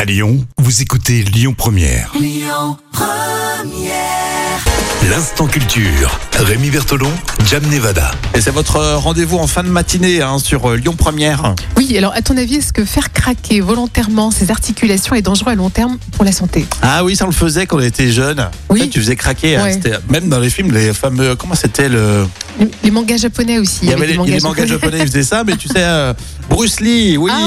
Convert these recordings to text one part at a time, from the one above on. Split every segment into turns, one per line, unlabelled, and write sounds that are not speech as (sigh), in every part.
À Lyon, vous écoutez Lyon Première. Lyon Première. L'instant culture. Rémi Bertolon, Jam Nevada.
Et c'est votre euh, rendez-vous en fin de matinée hein, sur euh, Lyon Première.
Oui, alors à ton avis, est-ce que faire craquer volontairement ses articulations est dangereux à long terme pour la santé
Ah oui, ça on le faisait quand on était jeune.
Oui.
Tu faisais craquer. hein,
Ouais.
c'était- même dans les films, les fameux. Comment c'était le
Les- Les mangas japonais aussi.
Il y avait les, les mangas japonais, ils faisaient ça, mais tu sais, euh, Bruce Lee. Oui.
(laughs)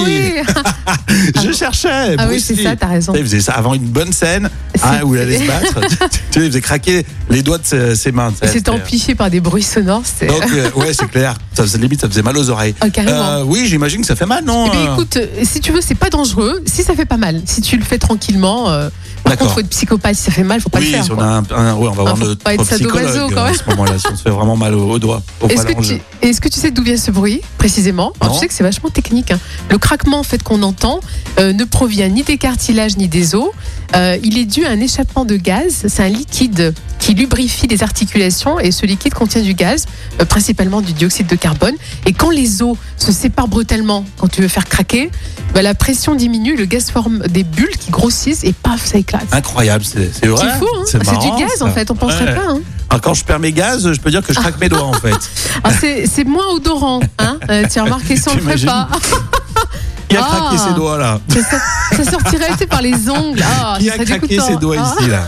Ah oui,
Je cherchais.
ah, oui
Bruce
c'est
Lee.
ça, t'as raison.
Tu sais, Il faisait ça avant une bonne scène, hein, où il allait se
(laughs)
battre. tu sais, il faisait craquer les doigts de ses, ses mains. tu sais,
C'était amplifié par des bruits sonores. c'est-
Donc, euh, ouais, c'est clair. Ça faisait limite, ça faisait mal aux oreilles.
Ah, carrément.
Euh, oui, j'imagine que ça fait mal, non
Eh bien,
euh
écoute, euh, si tu veux, c'est pas dangereux. Si ça fait pas mal, si tu le fais tranquillement. euh, par
D'accord.
contre, faut être psychopathe. Si ça fait mal, faut pas
oui,
le faire.
si on
quoi.
a un, un- ouais, on va voir
faut
notre
pas être
propre
sadomaso,
psychologue
quand
euh, à
même.
ce moment-là, si on se fait vraiment mal au, au doigt, au
Est-ce que,
phalange.
tu, est-ce que tu sais d'où vient ce bruit précisément Alors,
Non.
Tu sais que c'est vachement technique. hein. Le craquement en fait qu'on entend euh, ne provient ni des cartilages ni des os. Euh, il est dû à un échappement de gaz. C'est un liquide qui lubrifie les articulations et ce liquide contient du gaz, euh, principalement du dioxyde de carbone. Et quand les os se séparent brutalement, quand tu veux faire craquer, bah, la pression diminue, le gaz forme des bulles qui grossissent et paf, ça éclate.
Incroyable, c'est Ah, c'est vrai.
c'est fou, hein c'est, du
marrant,
gaz
ça.
en fait, on penserait
Ouais.
pas. hein.
Ah, Quand je perds mes gaz, je peux dire que je craque mes doigts en fait.
Alors, Ah, c'est, c'est moins odorant, hein Euh, tu as remarqué ça, on le ferait
T'imagines
pas.
Qui a
Ah.
craqué ses doigts là
Ça, sor- Ah, ça sortirait tu sais, par les ongles. Ah,
Qui
ça
a
serait
craqué
dégoûtant.
ses doigts
ah,
ici là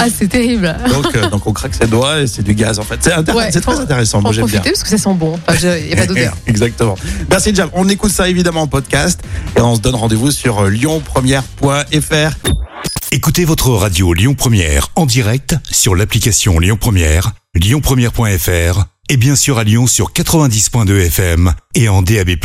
Ah, c'est terrible.
donc, euh, donc on craque ses doigts et c'est du gaz en fait. C'est intér-
Ouais.
c'est très intéressant, moi
Faut en
j'aime
profiter
bien. Eh,
parce que ça sent bon. Enfin, je- Il n'y
(laughs)
a pas d'odeur.
Exactement. Merci Jam. On écoute ça évidemment en podcast et on se donne rendez-vous sur euh, lyonpremière.fr.
Écoutez votre radio Lyon Première en direct sur l'application Lyon Première, lyonpremière.fr et bien sûr à Lyon sur 90.2 FM et en DAB+.